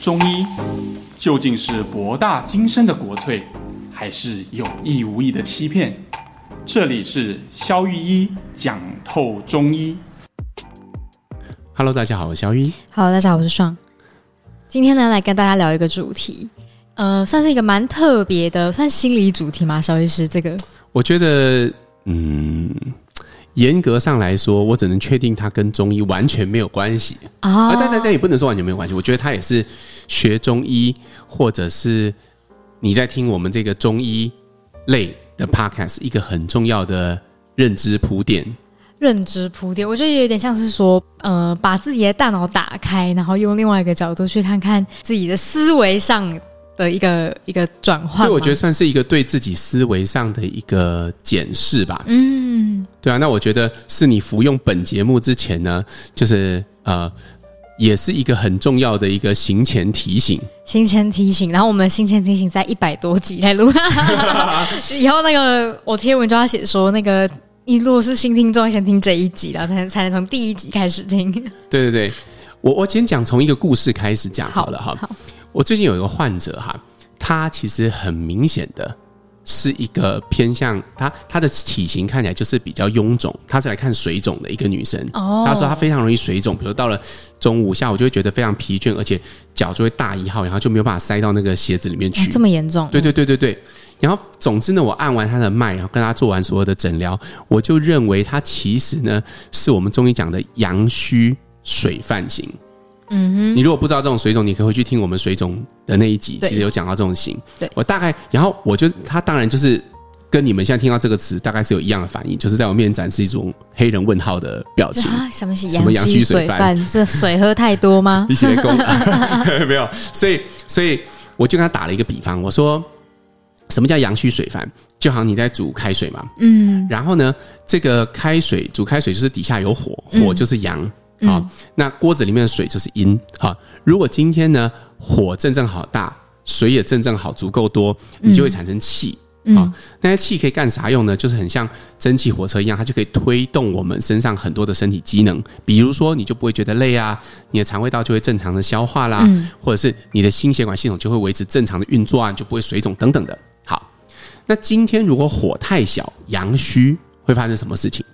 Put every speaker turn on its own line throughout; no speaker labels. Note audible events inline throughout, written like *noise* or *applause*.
中医究竟是博大精深的国粹，还是有意无意的欺骗？这里是肖玉一讲透中医。
Hello，大家好，我是小雨。
好，大家好，我是爽。今天呢，来跟大家聊一个主题，呃，算是一个蛮特别的，算心理主题嘛，肖医师这个。
我觉得，嗯，严格上来说，我只能确定它跟中医完全没有关系
啊
啊，但但但也不能说完全没有关系。我觉得它也是学中医，或者是你在听我们这个中医类的 podcast 一个很重要的认知铺垫。
认知铺垫，我觉得有点像是说，呃，把自己的大脑打开，然后用另外一个角度去看看自己的思维上的一个一个转换嘛。
对，我觉得算是一个对自己思维上的一个检视吧。
嗯，
对啊，那我觉得是你服用本节目之前呢，就是呃，也是一个很重要的一个行前提醒。
新前提醒，然后我们新前提醒在一百多集
*laughs*
来录，以后那个我贴文就要写说，那个你如果是新听众，先听这一集啦，才能才能从第一集开始听。
对对对，我我先讲从一个故事开始讲好了哈。
好，
我最近有一个患者哈，他其实很明显的是一个偏向他他的体型看起来就是比较臃肿，他是来看水肿的一个女生。
哦
她说她非常容易水肿，比如到了中午下午就会觉得非常疲倦，而且脚就会大一号，然后就没有办法塞到那个鞋子里面去。
哦这么严重？
对对对对对。然后，总之呢，我按完他的脉，然后跟他做完所有的诊疗，我就认为他其实呢是我们中医讲的阳虚水泛型。嗯哼，你如果不知道这种水肿，你可以回去听我们水肿的那一集，
对
其实有讲到这种型。
对
我大概，然后我就他当然就是跟你们现在听到这个词，大概是有一样的反应，就是在我面前展示一种黑人问号的表情。
啊，什么是
什么阳
阳
虚
虚
水
水
泛
泛？是水喝太
*laughs*
多吗
一？起来攻， *laughs* 没有。所以，所以我就跟他打了一个比方，我说什么叫阳虚水泛？就好像你在煮开水嘛，嗯，然后呢，这个开水煮开水就是底下有火，火就是阳。好、那锅子里面的水就是阴。好，如果今天呢火正正好大，水也正正好足够多，你就会产生气。啊、那些气可以干啥用呢？就是很像蒸汽火车一样，它就可以推动我们身上很多的身体机能，比如说你就不会觉得累啊，你的肠胃道就会正常的消化啦，或者是你的心血管系统就会维持正常的运作啊，你就不会水肿等等的。好，那今天如果火太小，阳虚会发生什么事情？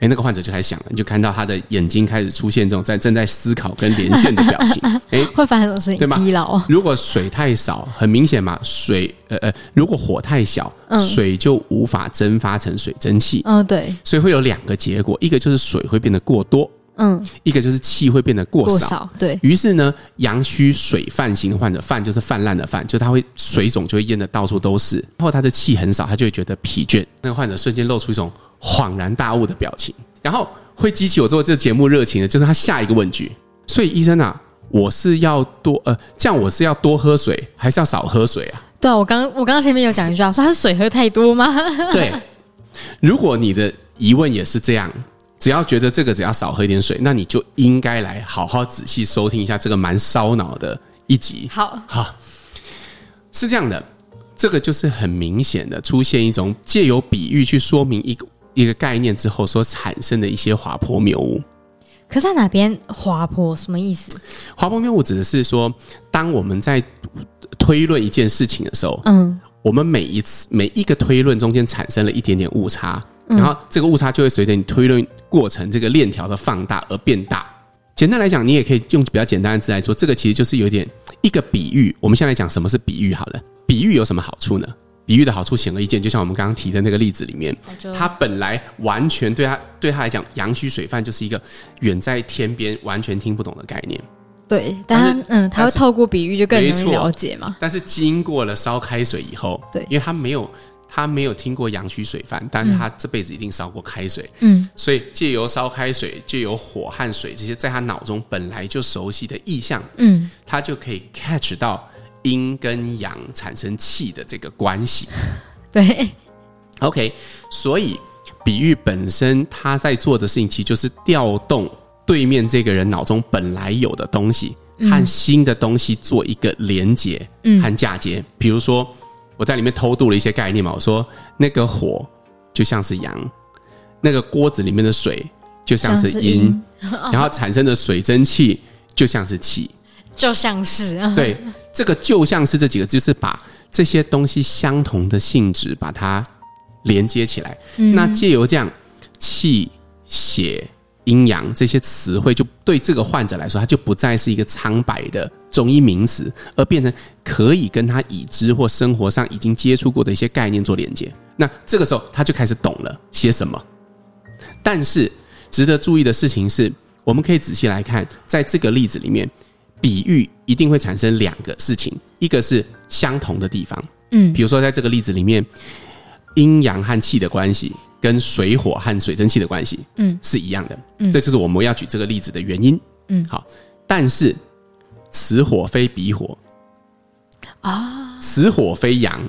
哎，那个患者就开始想了，你就看到他的眼睛开始出现这种在正在思考跟连线的表情。哎，
会发生什么事
对
情？
吧
疲劳。啊
如果水太少，很明显嘛，水呃呃，如果火太小，水就无法蒸发成水蒸气，
嗯，对，
所以会有两个结果，一个就是水会变得过多，
嗯，
一个就是气会变得过
过
少。
少，对，
于是呢，阳虚水泛型的患者，泛就是泛滥的泛，就他会水肿就会淹得到处都是，然后他的气很少，他就会觉得疲倦。那个患者瞬间露出一种恍然大悟的表情，然后会激起我做这节目热情的，就是他下一个问句。所以医生啊，我是要多呃，这样我是要多喝水，还是要少喝水啊？ *laughs*
对啊，我刚我刚前面有讲一句啊，说他是水喝太多吗？ *laughs*
对，如果你的疑问也是这样，只要觉得这个只要少喝一点水，那你就应该来好好仔细收听一下这个蛮烧脑的一集。
好，
好，是这样的，这个就是很明显的出现一种借由比喻去说明一个一个概念之后所产生的一些滑坡谬误。
可是在哪边滑坡？什么意思？
滑坡谬误指的是说，当我们在推论一件事情的时候，
嗯，
我们每一次每一个推论中间产生了一点点误差，然后这个误差就会随着你推论过程这个链条的放大而变大。简单来讲，你也可以用比较简单的字来说，这个其实就是有点一个比喻。我们先来讲什么是比喻好了。比喻有什么好处呢？比喻的好处显而易见，就像我们刚刚提的那个例子里面，
我就
他本来完全对他对他来讲，阳虚水泛就是一个远在天边完全听不懂的概念。
对，但
但
他嗯，他
但
会
是
透过比喻就更容
没
易
错
了解嘛。
但是经过了烧开水以后，
对
因为他没有他没有听过阳虚水泛，但是他这辈子一定烧过开水，
嗯，
所以借由烧开水，借由火和水这些在他脑中本来就熟悉的意象，
嗯，
他就可以 catch 到阴跟阳产生气的这个关系。
对，
OK，所以比喻本身他在做的事情，其实就是调动对面这个人脑中本来有的东西和新的东西做一个连接和嫁接。比如说，我在里面偷渡了一些概念嘛，我说那个火就像是阳，那个锅子里面的水就像是阴，然后产生的水蒸气就像是气。
*laughs* 就像是啊，
对，这个就像是这几个字，就是把这些东西相同的性质把它连接起来。那借由这样气、血、阴阳这些词汇，就对这个患者来说，它就不再是一个苍白的中医名词，而变成可以跟他已知或生活上已经接触过的一些概念做连接。那这个时候，他就开始懂了些什么。但是值得注意的事情是，我们可以仔细来看，在这个例子里面，比喻一定会产生两个事情，一个是相同的地方，
嗯
比如说在这个例子里面，阴阳和气的关系跟水火和水蒸气的关系，
嗯，
是一样的，嗯，这就是我们要举这个例子的原因，
嗯
好，但是此火非彼火
哦
啊，此火非阳，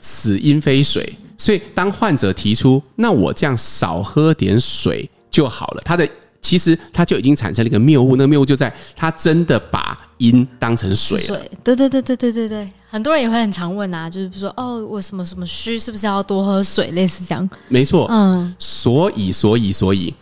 此阴非水，所以当患者提出“那我这样少喝点水就好了”，他的其实他就已经产生了一个谬误，那个谬误就在他真的把阴当成水了。
水，对对对对对对对，很多人也会很常问啊，就是比如说哦，我什么什么虚，是不是要多喝水，类似这样，
没错，
嗯，
所以，所以，所以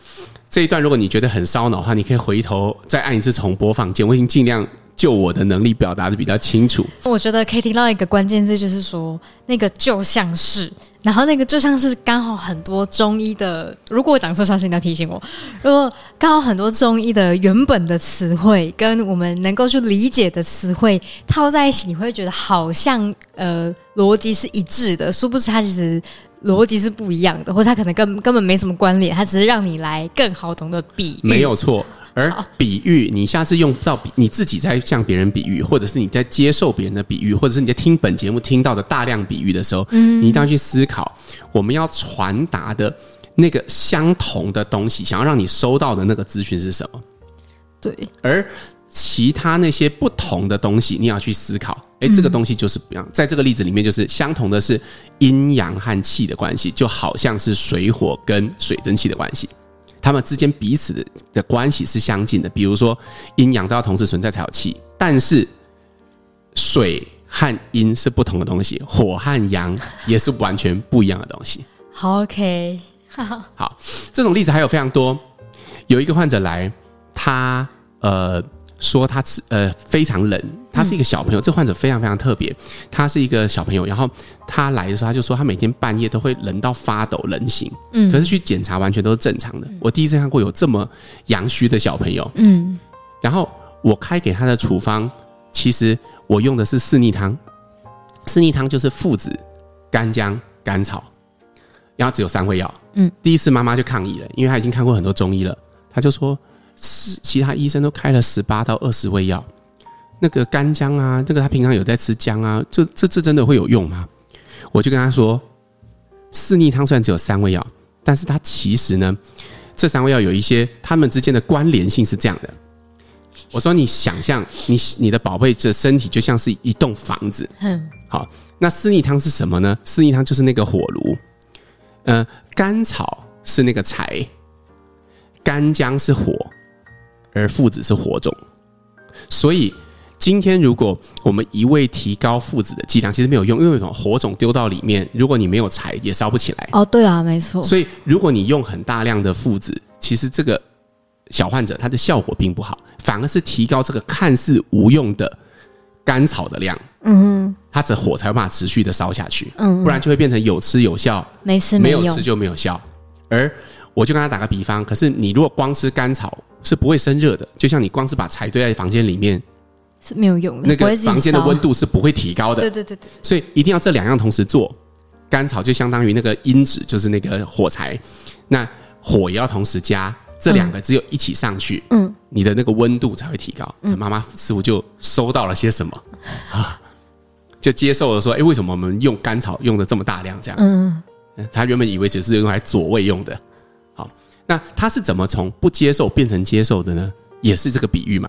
这一段如果你觉得很烧脑的话，你可以回头再按一次重播放键。我已经尽量就我的能力表达的比较清楚。
我觉得可以听到一个关键字，就是说那个就像是，然后那个就像是刚好很多中医的，如果我讲错消息，你要提醒我。如果刚好很多中医的原本的词汇跟我们能够去理解的词汇套在一起，你会觉得好像呃逻辑是一致的，殊不知它其实。逻辑是不一样的，或者它可能根根本没什么关联，它只是让你来更好懂得比喻。
没有错。而比喻，你下次用到比你自己在向别人比喻，或者是你在接受别人的比喻，或者是你在听本节目听到的大量比喻的时候，你一定要去思考我们要传达的那个相同的东西，想要让你收到的那个资讯是什么。
对，
而其他那些不同的东西，你要去思考。诶，这个东西就是不一样。在这个例子里面，就是相同的是阴阳和气的关系，就好像是水火跟水蒸气的关系，它们之间彼此的的关系是相近的。比如说，阴阳都要同时存在才有气，但是水和阴是不同的东西，火和阳也是完全不一样的东西。
好 OK，
好，这种例子还有非常多。有一个患者来，他呃说他吃呃非常冷，他是一个小朋友。这患者非常非常特别，他是一个小朋友。然后他来的时候，他就说他每天半夜都会冷到发抖、冷醒。嗯，可是去检查完全都是正常的。我第一次看过有这么阳虚的小朋友。
嗯，
然后我开给他的处方，其实我用的是四逆汤。四逆汤就是附子、干姜、甘草，然后只有三味药。
嗯，
第一次妈妈就抗议了，因为她已经看过很多中医了，她就说，是其他医生都开了十八到二十味药，那个干姜啊，这个他平常有在吃姜啊，这这这真的会有用吗？我就跟她说，四逆汤虽然只有三味药，但是它其实呢，这三味药有一些它们之间的关联性是这样的。我说，你想象你你的宝贝这身体就像是一栋房子，
哼，
好，那四逆汤是什么呢？四逆汤就是那个火炉，呃，甘草是那个柴，干姜是火，而附子是火种。所以今天如果我们一味提高附子的剂量，其实没有用，因为有火种丢到里面，如果你没有柴，也烧不起来。
哦，对啊，没错，
所以如果你用很大量的附子，其实这个小患者他的效果并不好，反而是提高这个看似无用的甘草的量。
嗯
它这火才有办法持续的烧下去，
嗯
不然就会变成有吃有效，
哼，没吃
没有
有，
吃就没有效。而我就跟他打个比方，可是你如果光吃甘草是不会生热的，就像你光是把柴堆在房间里面，
是没有用的，
那
不
个
会自己
房间的
烧
温度是不会提高
对
的，
对对对，
所以一定要这两样同时做。甘草就相当于那个阴纸，就是那个火柴，那火也要同时加，这两个只有一起上去，
嗯，
你的那个温度才会提高。妈妈似乎就收到了些什么 *laughs* 啊，就接受了说，哎、为什么我们用甘草用的这么大量？这样，
嗯，
他原本以为只是用来佐味用的。好，那他是怎么从不接受变成接受的呢？也是这个比喻嘛，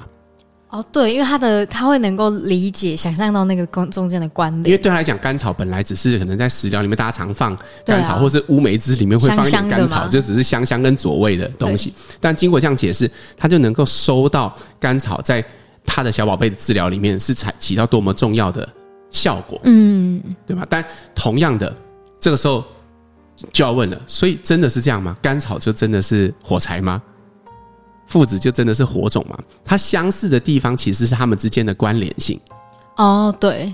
哦对，因为他的他会能够理解、想象到那个中中间的关
因
联，
为对他来讲，甘草本来只是可能在食疗里面大家常放
对啊
甘草，或是乌梅汁里面会放一
香
点
香的
甘草，
嘛
就只是香香跟佐味的东西。但经过这样解释，他就能够收到甘草在他的小宝贝的治疗里面是起起到多么重要的效果，
嗯，
对吧？但同样的，这个时候就要问了，所以真的是这样吗？甘草就真的是火柴吗？父子就真的是火种嘛？它相似的地方其实是它们之间的关联性，
哦，对，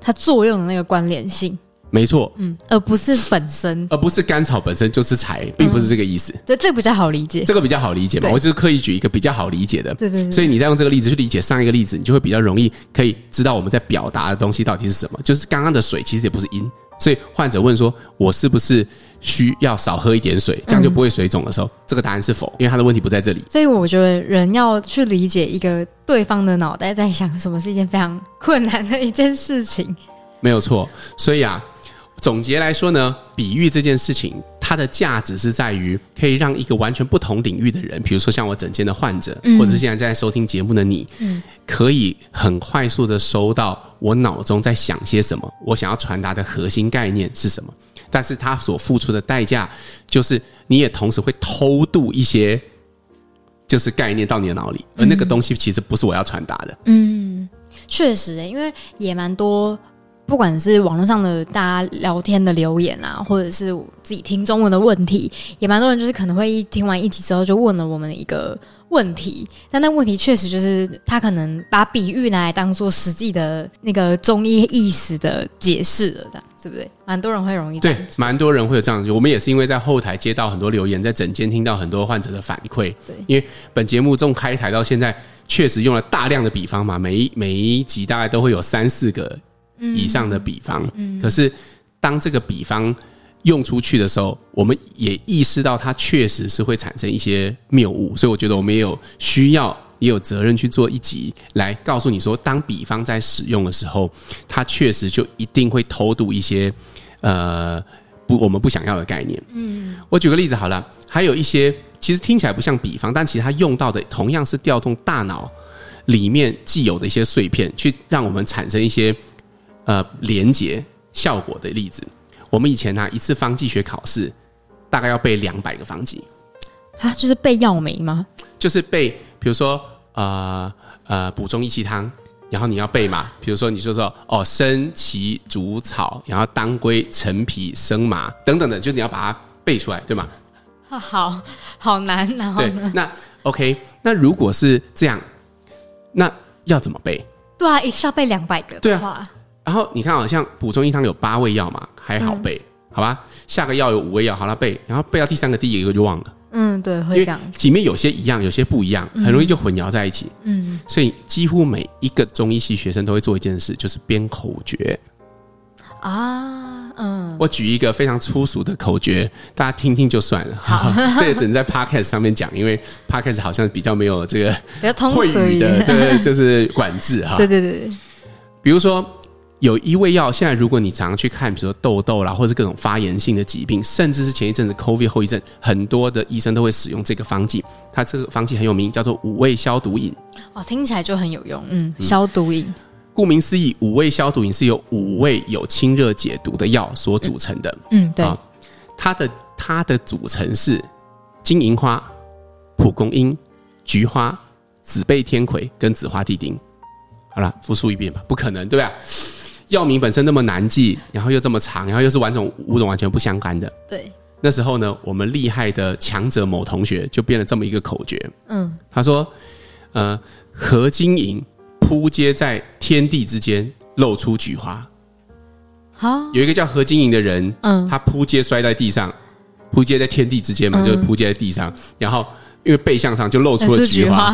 它作用的那个关联性，
没错，
嗯，而不是本身。
而呃不是甘草本身就是柴，并不是这个意思。
对，这比较好理解。
这个比较好理解嘛？
嗯对
我就是刻意举一个比较好理解的。
对对对
所以你再用这个例子去理解上一个例子，你就会比较容易可以知道我们在表达的东西到底是什么。就是刚刚的水其实也不是因，所以患者问说我是不是需要少喝一点水，这样就不会水肿的时候，这个答案是否？因为他的问题不在这里。
所以我觉得人要去理解一个对方的脑袋在想什么，是一件非常困难的一件事情。
没有错。所以啊，总结来说呢，比喻这件事情，它的价值是在于可以让一个完全不同领域的人，比如说像我诊间的患者，或者是现在正在收听节目的你，可以很快速的收到我脑中在想些什么，我想要传达的核心概念是什么。但是他所付出的代价，就是你也同时会偷渡一些，就是概念到你的脑里，而那个东西其实不是我要传达的。
嗯确实、欸，因为也蛮多，不管是网络上的大家聊天的留言啊，或者是我自己听中文的问题，也蛮多人就是可能会一听完一集之后就问了我们一个问题，但那问题确实就是他可能把比喻拿来当做实际的那个中医意思的解释了的，对不对？蛮多人会容易这
对
样，
蛮多人会有这样子。我们也是因为在后台接到很多留言，在诊间听到很多患者的反馈。
对
因为本节目从开台到现在，确实用了大量的比方嘛，每一每一集大概都会有三四个以上的比方。
嗯
可是当这个比方用出去的时候，我们也意识到它确实是会产生一些谬误，所以我觉得我们也有需要。也有责任去做一集来告诉你说，当比方在使用的时候，它确实就一定会偷渡一些呃不我们不想要的概念。嗯，我举个例子好了，还有一些其实听起来不像比方，但其实它用到的同样是调动大脑里面既有的一些碎片，去让我们产生一些呃连接效果的例子。我们以前呢、啊一次方剂学考试大概要背两百个方剂，
啊， *laughs* 就是被药媒吗？
就是背，比如说呃呃补中益气汤，然后你要背嘛，比如说你就说哦参芪煮草，然后当归陈皮生麻等等的，就你要把它背出来，对吗？
好好难，啊然后
对，那 OK，那如果是这样，那要怎么背？
对啊，一次要背两百个
对
的
啊
话，
然后你看，好像补中益汤有八味药嘛，还好背，好吧？下个药有五味药，好了背，然后背到第三个、第一个就忘了。
嗯，对，会
因
这
为
样，
里面有些一样，有些不一样，很容易就混淆在一起。
嗯，
所以几乎每一个中医系学生都会做一件事，就是编口诀。
啊，嗯，
我举一个非常粗俗的口诀，大家听听就算了。好， *laughs* 这也只能在 podcast 上面讲，因为 podcast 好像比较没有这个
比较通俗
会
一
语的，啊
点，
对对，就是管制哈。
*laughs* 对对对，
比如说有一味药，现在如果你常去看，比如说痘痘啦，或者是各种发炎性的疾病，甚至是前一阵子 COVID 后遗症，很多的医生都会使用这个方剂。它这个方剂很有名，叫做五味消毒饮。
哦，听起来就很有用，嗯，消毒饮，
顾名思义，五味消毒饮是由五味有清热解毒的药所组成的。
嗯，对，
啊它的它的组成是金银花、蒲公英、菊花、紫背天葵跟紫花地丁。好了，复述一遍吧，不可能，对吧？药名本身那么难记，然后又这么长，然后又是完种五种完全不相干的。
对，
那时候呢，我们厉害的强者某同学就编了这么一个口诀，
嗯，
他说：“呃，合金银铺接在天地之间，露出菊花。”
好，
有一个叫何金莹的人，
嗯
他扑街摔在地上，扑街在天地之间嘛，
嗯
就是扑街在地上，然后因为背向上就露出了菊花，，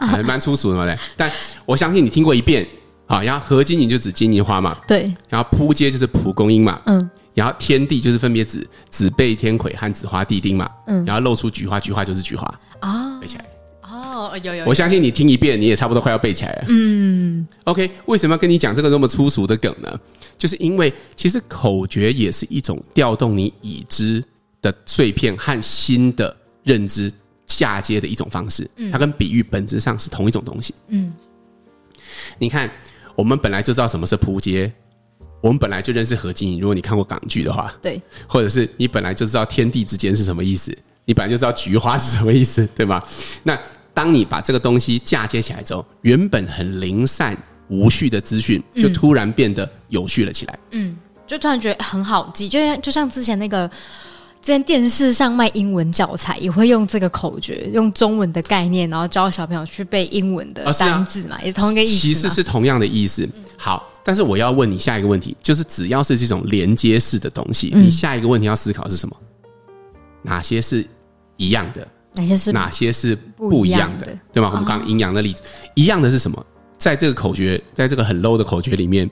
还蛮粗俗的嘛对。但我相信你听过一遍啊，然后何金莹就指金银花嘛，
对，
然后扑街就是蒲公英嘛，
嗯，
然后天地就是分别指紫背天葵和紫花地丁嘛，
嗯
然后露出菊花，菊花就是菊花，
啊，
背起来。
哦，有有
我，相信你听一遍，你也差不多快要背起来了。
嗯，
OK，为什么要跟你讲这个那么粗俗的梗呢？就是因为其实口诀也是一种调动你已知的碎片和新的认知嫁接的一种方式。它跟比喻本质上是同一种东西。
嗯，
你看，我们本来就知道什么是扑街，我们本来就认识何金银。如果你看过港剧的话，
对，
或者是你本来就知道天地之间是什么意思，你本来就知道菊花是什么意思，对吧？那当你把这个东西嫁接起来之后，原本很零散无序的资讯，就突然变得有序了起来。
就突然觉得很好记，就像就像之前那个之前电视上卖英文教材也会用这个口诀，用中文的概念，然后教小朋友去背英文的
啊是啊
单字嘛，也是同一个意思嗯嘛。
其实是同样的意思。好，但是我要问你下一个问题，就是只要是这种连接式的东西，
嗯
你下一个问题要思考是什么？哪些是一样的？
哪些是
哪些是不一样的？
不一样的啊
对吗？我们刚刚阴阳的例子，一样的是什么？在这个口诀，在这个很 low 的口诀里面，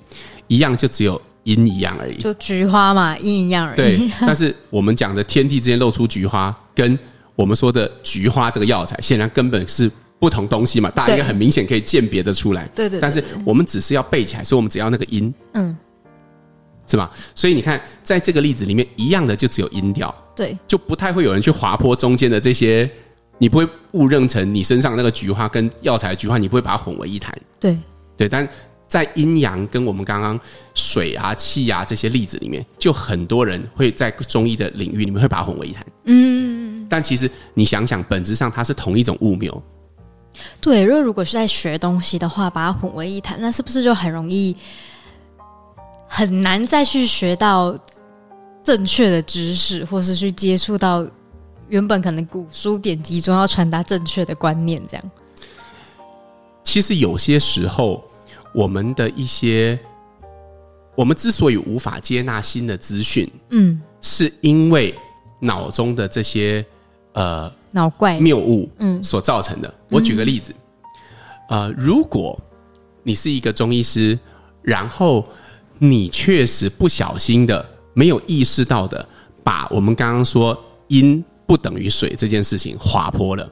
一样就只有阴一样而已。
就菊花嘛，阴一样而已。
对，但是我们讲的天地之间露出菊花，跟我们说的菊花这个药材，显然根本是不同东西嘛，大家应该
对
很明显可以鉴别的出来。
*laughs* 对对对
但是我们只是要背起来，所以我们只要那个音，
嗯，
是吧？所以你看，在这个例子里面，一样的就只有音调，
对
就不太会有人去划破中间的这些。你不会误认成你身上那个菊花跟药材的菊花，你不会把它混为一谈。
对
对，但在阴阳跟我们刚刚水啊、气啊这些例子里面，就很多人会在中医的领域里面会把它混为一谈。嗯，但其实你想想，本质上它是同一种物苗。
对，因为如果是在学东西的话，把它混为一谈，那是不是就很容易很难再去学到正确的知识，或是去接触到原本可能古书典籍中要传达正确的观念？这样，
其实有些时候，我们的一些，我们之所以无法接纳新的资讯，
嗯，
是因为脑中的这些呃
脑怪，
谬误，
嗯
所造成的。我举个例子，呃，如果你是一个中医师，然后你确实不小心的、没有意识到的，把我们刚刚说阴不等于水这件事情划破了，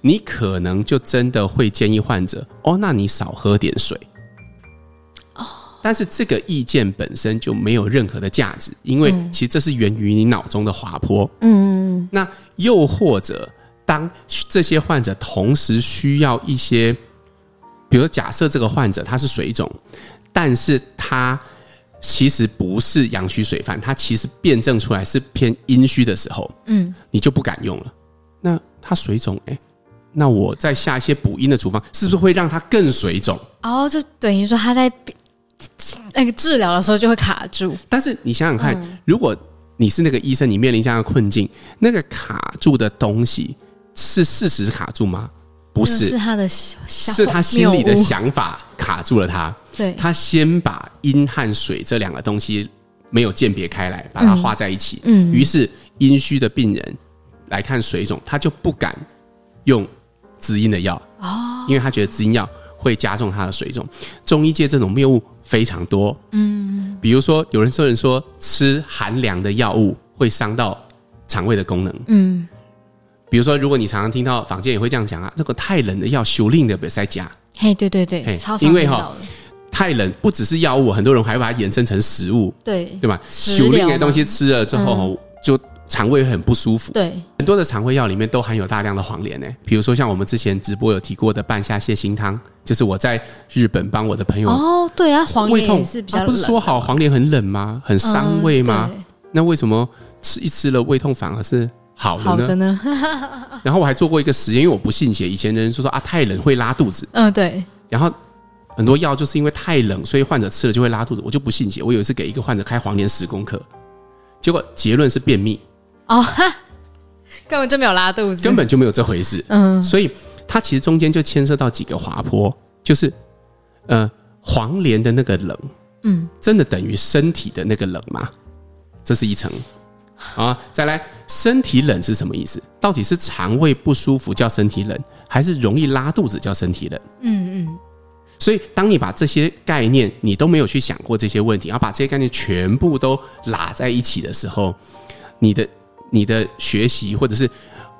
你可能就真的会建议患者哦，那你少喝点水。
哦
但是这个意见本身就没有任何的价值，因为其实这是源于你脑中的滑坡。
嗯，
那又或者，当这些患者同时需要一些，比如说假设这个患者他是水肿，但是他其实不是阳虚水泛，他其实辩证出来是偏阴虚的时候，
嗯，
你就不敢用了。那他水肿，哎、那我再下一些补阴的处方，是不是会让他更水肿？
哦，就等于说他在那个治疗的时候就会卡住，
但是你想想看，如果你是那个医生，你面临这样的困境，那个卡住的东西是事实卡住吗？不
不
是，
嗯是他的小
是他心里的，
小
想法卡住了他。
谬误对，
他先把阴和水这两个东西没有鉴别开来，把它画在一起。嗯，于是阴虚的病人来看水肿，他就不敢用滋阴的药哦，因为他觉得滋阴药会加重他的水肿。中医界这种谬误非常多。嗯，比如说有人说人说吃寒凉的药物会伤到肠胃的功能。
嗯，
比如说，如果你常常听到坊间也会这样讲啊，这个太冷的药，修令的别塞加。
嘿，对对
嘿
对，超
因
常
为
听
哈
到的，
太冷不只是药物，很多人还把它延伸成食物，
对
对吧？
食疗嗯
酒
嘛
令的东西吃了之后，就肠胃会很不舒服。
对，
很多的肠胃药里面都含有大量的黄连呢，比如说像我们之前直播有提过的半夏泻心汤，就是我在日本帮我的朋友
哦，对啊，黄
胃
连
痛，
也是比较
啊
冷
不是说好黄连很冷吗？很伤胃吗？
嗯
那为什么吃一吃了胃痛反而是好
对
了
好的
呢？
呢，
然后我还做过一个实验，因为我不信邪，以前的人说说啊太冷会拉肚子，
嗯，对，
然后很多药就是因为太冷，所以患者吃了就会拉肚子。我就不信邪，我有一次给一个患者开黄连十公克，结果结论是便秘，
哦，哈，根本就没有拉肚子，
根本就没有这回事。
嗯，
所以它其实中间就牵涉到几个滑坡，就是呃黄连的那个冷，嗯，真的等于身体的那个冷吗？这是一层。啊，再来，身体冷是什么意思？到底是肠胃不舒服叫身体冷，还是容易拉肚子叫身体冷？
嗯嗯，
所以，当你把这些概念你都没有去想过这些问题，然后把这些概念全部都拉在一起的时候，你的你的学习或者是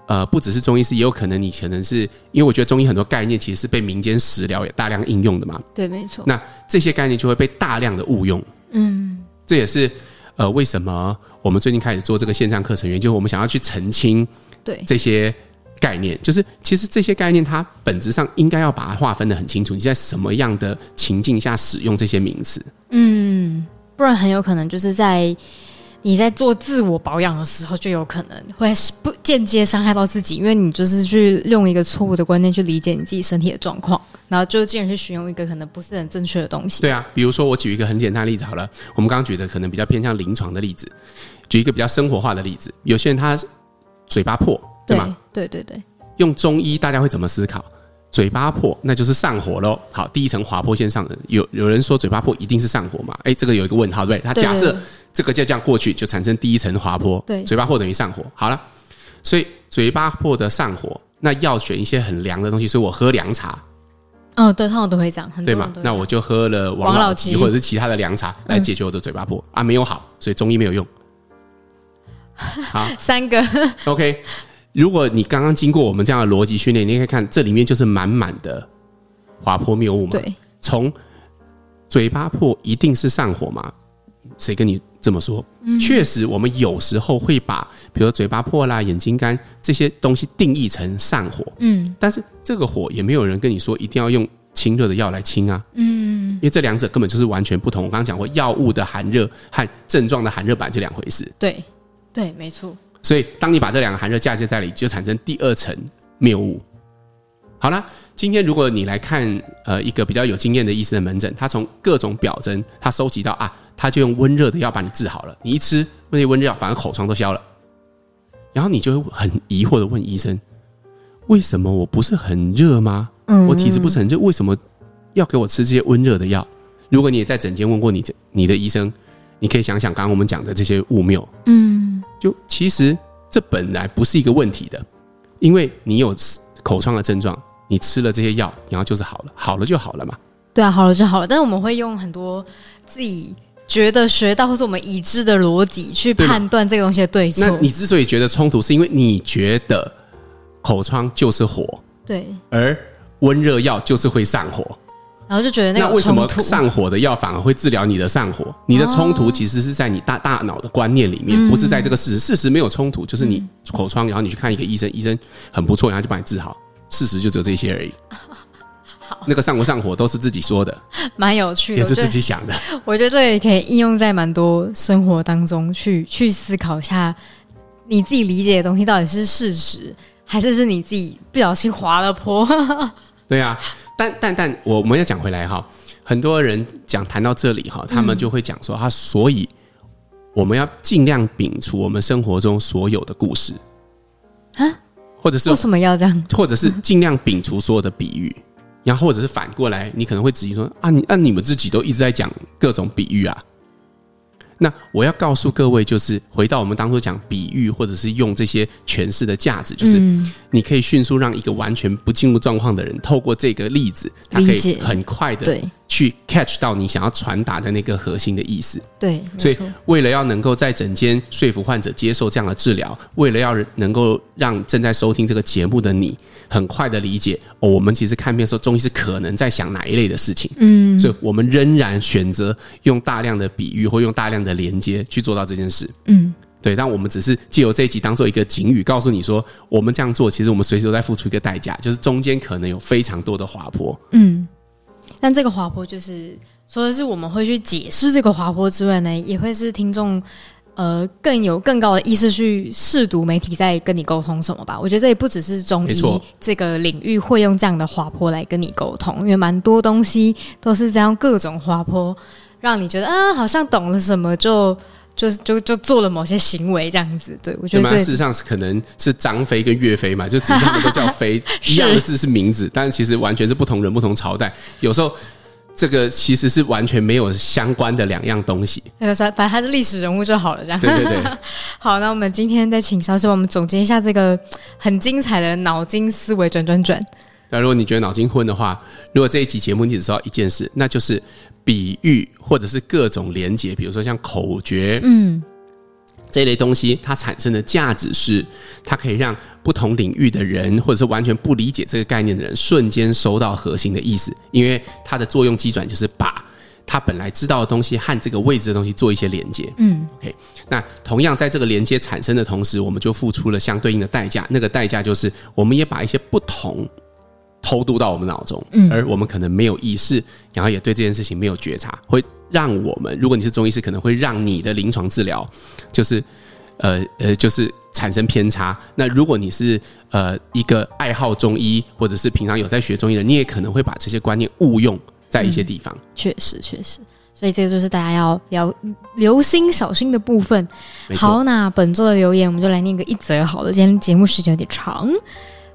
呃，不只是中医师，也有可能你可能是因为我觉得中医很多概念其实是被民间食疗也大量应用的嘛，
对，没错，
那这些概念就会被大量的误用。
嗯，
这也是呃为什么我们最近开始做这个线上课程，原因就是我们想要去澄清
对，
这些概念，就是其实这些概念它本质上应该要把它划分的很清楚，你在什么样的情境下使用这些名词。
嗯，不然很有可能就是在。你在做自我保养的时候，就有可能会不间接伤害到自己，因为你就是去用一个错误的观念去理解你自己身体的状况，然后就进而去使用一个可能不是很正确的东西。
对啊，比如说我举一个很简单的例子好了，我们刚刚举的可能比较偏向临床的例子，举一个比较生活化的例子，有些人他嘴巴破，对
对
吗？
对对对，
用中医大家会怎么思考？嘴巴破，那就是上火喽。好，第一层滑坡线上的有有人说嘴巴破一定是上火嘛？哎，这个有一个问号，对不对？他
对
假
对
设
对
这个就这样过去，就产生第一层滑坡。
对
嘴巴破等于上火。好了，所以嘴巴破的上火，那要选一些很凉的东西。所以我喝凉茶，
嗯，对，通常都会这样，很多
对
人
吗
都？会这
那
样
我就喝了王
王
老
老
吉
吉嗯
或者是其他的凉茶来解决我的嘴巴破、啊，没有好，所以中医没有用。好
三个
，OK。如果你刚刚经过我们这样的逻辑训练，你可以看这里面就是满满的滑坡谬误嘛。
对
从嘴巴破一定是上火吗？谁跟你这么说？确实，我们有时候会把，比如说嘴巴破啦、眼睛干这些东西定义成上火。嗯，但是这个火也没有人跟你说一定要用清热的药来清啊。嗯，因为这两者根本就是完全不同。我刚刚讲过，药物的寒热和症状的寒热本来就两回事。
对对，没错，
所以，当你把这两个寒热嫁接在里，就产生第二层谬误。好啦，今天如果你来看呃一个比较有经验的医生的门诊，他从各种表征他收集到啊，他就用温热的药把你治好了，你一吃那些温热药，反而口疮都消了。然后你就会很疑惑的问医生：为什么我不是很热吗？
嗯
我体质不是很热，为什么要给我吃这些温热的药？如果你也在诊间问过你这你的医生，你可以想想刚刚我们讲的这些误谬，
嗯，
就其实这本来不是一个问题的，因为你有口疮的症状，你吃了这些药，然后就是好了，好了就好了嘛。
对啊，好了就好了。但是我们会用很多自己觉得学到或是我们已知的逻辑去
对嘛
判断这个东西的对错
那。你之所以觉得冲突，是因为你觉得口疮就是火，
对，
而温热药就是会上火。
然后就觉得
那
个
为什
冲
么 *laughs*
突，嗯哦
上火的药反而会治疗你的上火？你的冲突其实是在你大大脑的观念里面，不是在这个事
嗯
实。事实没有冲突，就是你口疮，然后你去看一个医生，医生很不错，然后就把你治好。事实就只有这些
*laughs*
而已。那个上不上火都是自己说的，
蛮有趣的。
也
我
是
觉
自
得
己想的。
我觉哎得这也可以应用在蛮多生活当中去去思考一下，你自己理解的东西到底是事实，还是是你自己不小心滑了 *laughs* 坡？
*laughs* 对啊，但但但我我们要讲回来哈，很多人讲谈到这里哈，
嗯
他们就会讲说啊，所以我们要尽量摒除我们生活中所有的故事
啊，
或者是
为什么要这样？
或者是尽量摒除所有的比喻，然后或者是反过来，你可能会质疑说啊，你啊你们自己都一直在讲各种比喻啊。那我要告诉各位，就是回到我们当初讲比喻，或者是用这些诠释的价值，就是
嗯
你可以迅速让一个完全不进入状况的人，透过这个例子，他可
理
以
解
很快的
对
去 catch 到你想要传达的那个核心的意思。
对，
所
没
以
错，
为了要能够在诊间说服患者接受这样的治疗，为了要能够让正在收听这个节目的你很快的理解，哦，我们其实看片的时候，中医是可能在想哪一类的事情，嗯，所以我们仍然选择用大量的比喻或用大量的连接去做到这件事，
嗯，
对，但我们只是借由这一集当做一个警语，告诉你说，我们这样做，其实我们随时都在付出一个代价，就是中间可能有非常多的滑坡，
嗯，但这个滑坡就是除了是我们会去解释这个滑坡之外呢，也会是听众呃更有更高的意识去试读媒体在跟你沟通什么吧。我觉得这也不只是中
没
医
错
这个领域会用这样的滑坡来跟你沟通，因为蛮多东西都是这样各种滑坡，让你觉得啊好像懂了什么就。就就就做了某些行为这样子，对我觉
对
得
吗？
这
事实上是可能是张飞跟岳飞嘛，就 *laughs* 只是他们都叫飞，
*laughs* 是
一样的字是名字，但是其实完全是不同人、不同朝代。有时候这个其实是完全没有相关的两样东西。
那个反反正他是历史人物就好了，这样。
对对对，
好，那我们今天再请肖师帮我们总结一下这个很精彩的脑筋思维转转转。
那如果你觉得脑筋混的话，如果这一期节目你只知道一件事，那就是比喻或者是各种连结，比如说像口诀，嗯，这一类东西，它产生的价值是，它可以让不同领域的人，或者是完全不理解这个概念的人，瞬间收到核心的意思，因为它的作用机转就是把。他本来知道的东西和这个位置的东西做一些连接，嗯，OK。那同样在这个连接产生的同时，我们就付出了相对应的代价，那个代价就是我们也把一些不同偷渡到我们脑中，而我们可能没有意识，然后也对这件事情没有觉察，会让我们，如果你是中医师，可能会让你的临床治疗就是呃呃，就是产生偏差。那如果你是呃一个爱好中医，或者
嗯
是平常有在学中医的，你也可能会把这些观念误用在一些地方。
确实，确实。所以这个就是大家要要留心小心的部分。
没错
好，那本周的留言我们就来念个一则好了，今天节目时间有点长。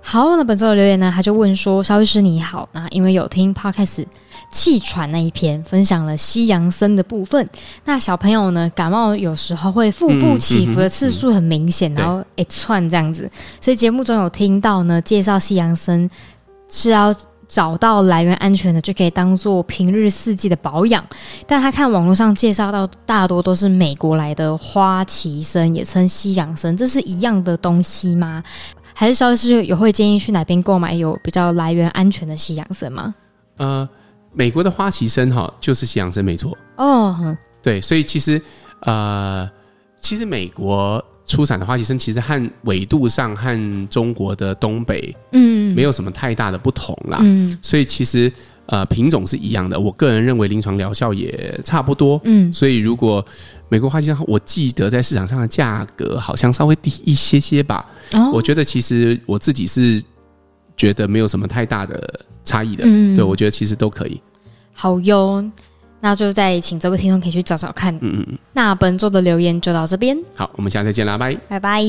好，那本周的留言呢，他就问说：“肖医师你好，那因为有听 podcast 气喘那一篇，分享了西洋参的部分。那小朋友呢，感冒有时候会腹部起伏的次数很明显，
嗯嗯嗯
然后一窜这样子，所以节目中有听到呢，介绍西洋参是要找到来源安全的，就可以当做平日四季的保养。但他看网络上介绍到，大多都是美国来的花旗参，也称西洋参，这是一样的东西吗？还是肖医师有会建议去哪边购买有比较来源安全的西洋参吗？
呃，美国的花旗参哈就是西洋参，没错。
哦，哼
对，所以其实呃，其实美国出产的花旗参其实和纬度上和中国的东北
嗯，
没有什么太大的不同啦。
嗯
所以其实呃品种是一样的，我个人认为临床疗效也差不多。
嗯
所以如果美国花旗参，我记得在市场上的价格好像稍微低一些些吧。
哦
啊我觉得其实我自己是觉得没有什么太大的差异的。
嗯
对我觉得其实都可以。
好哟，那就再请这位听众可以去找找看。
嗯嗯嗯。
那本周的留言就到这边，
好，我们下次再见啦，拜。
拜拜。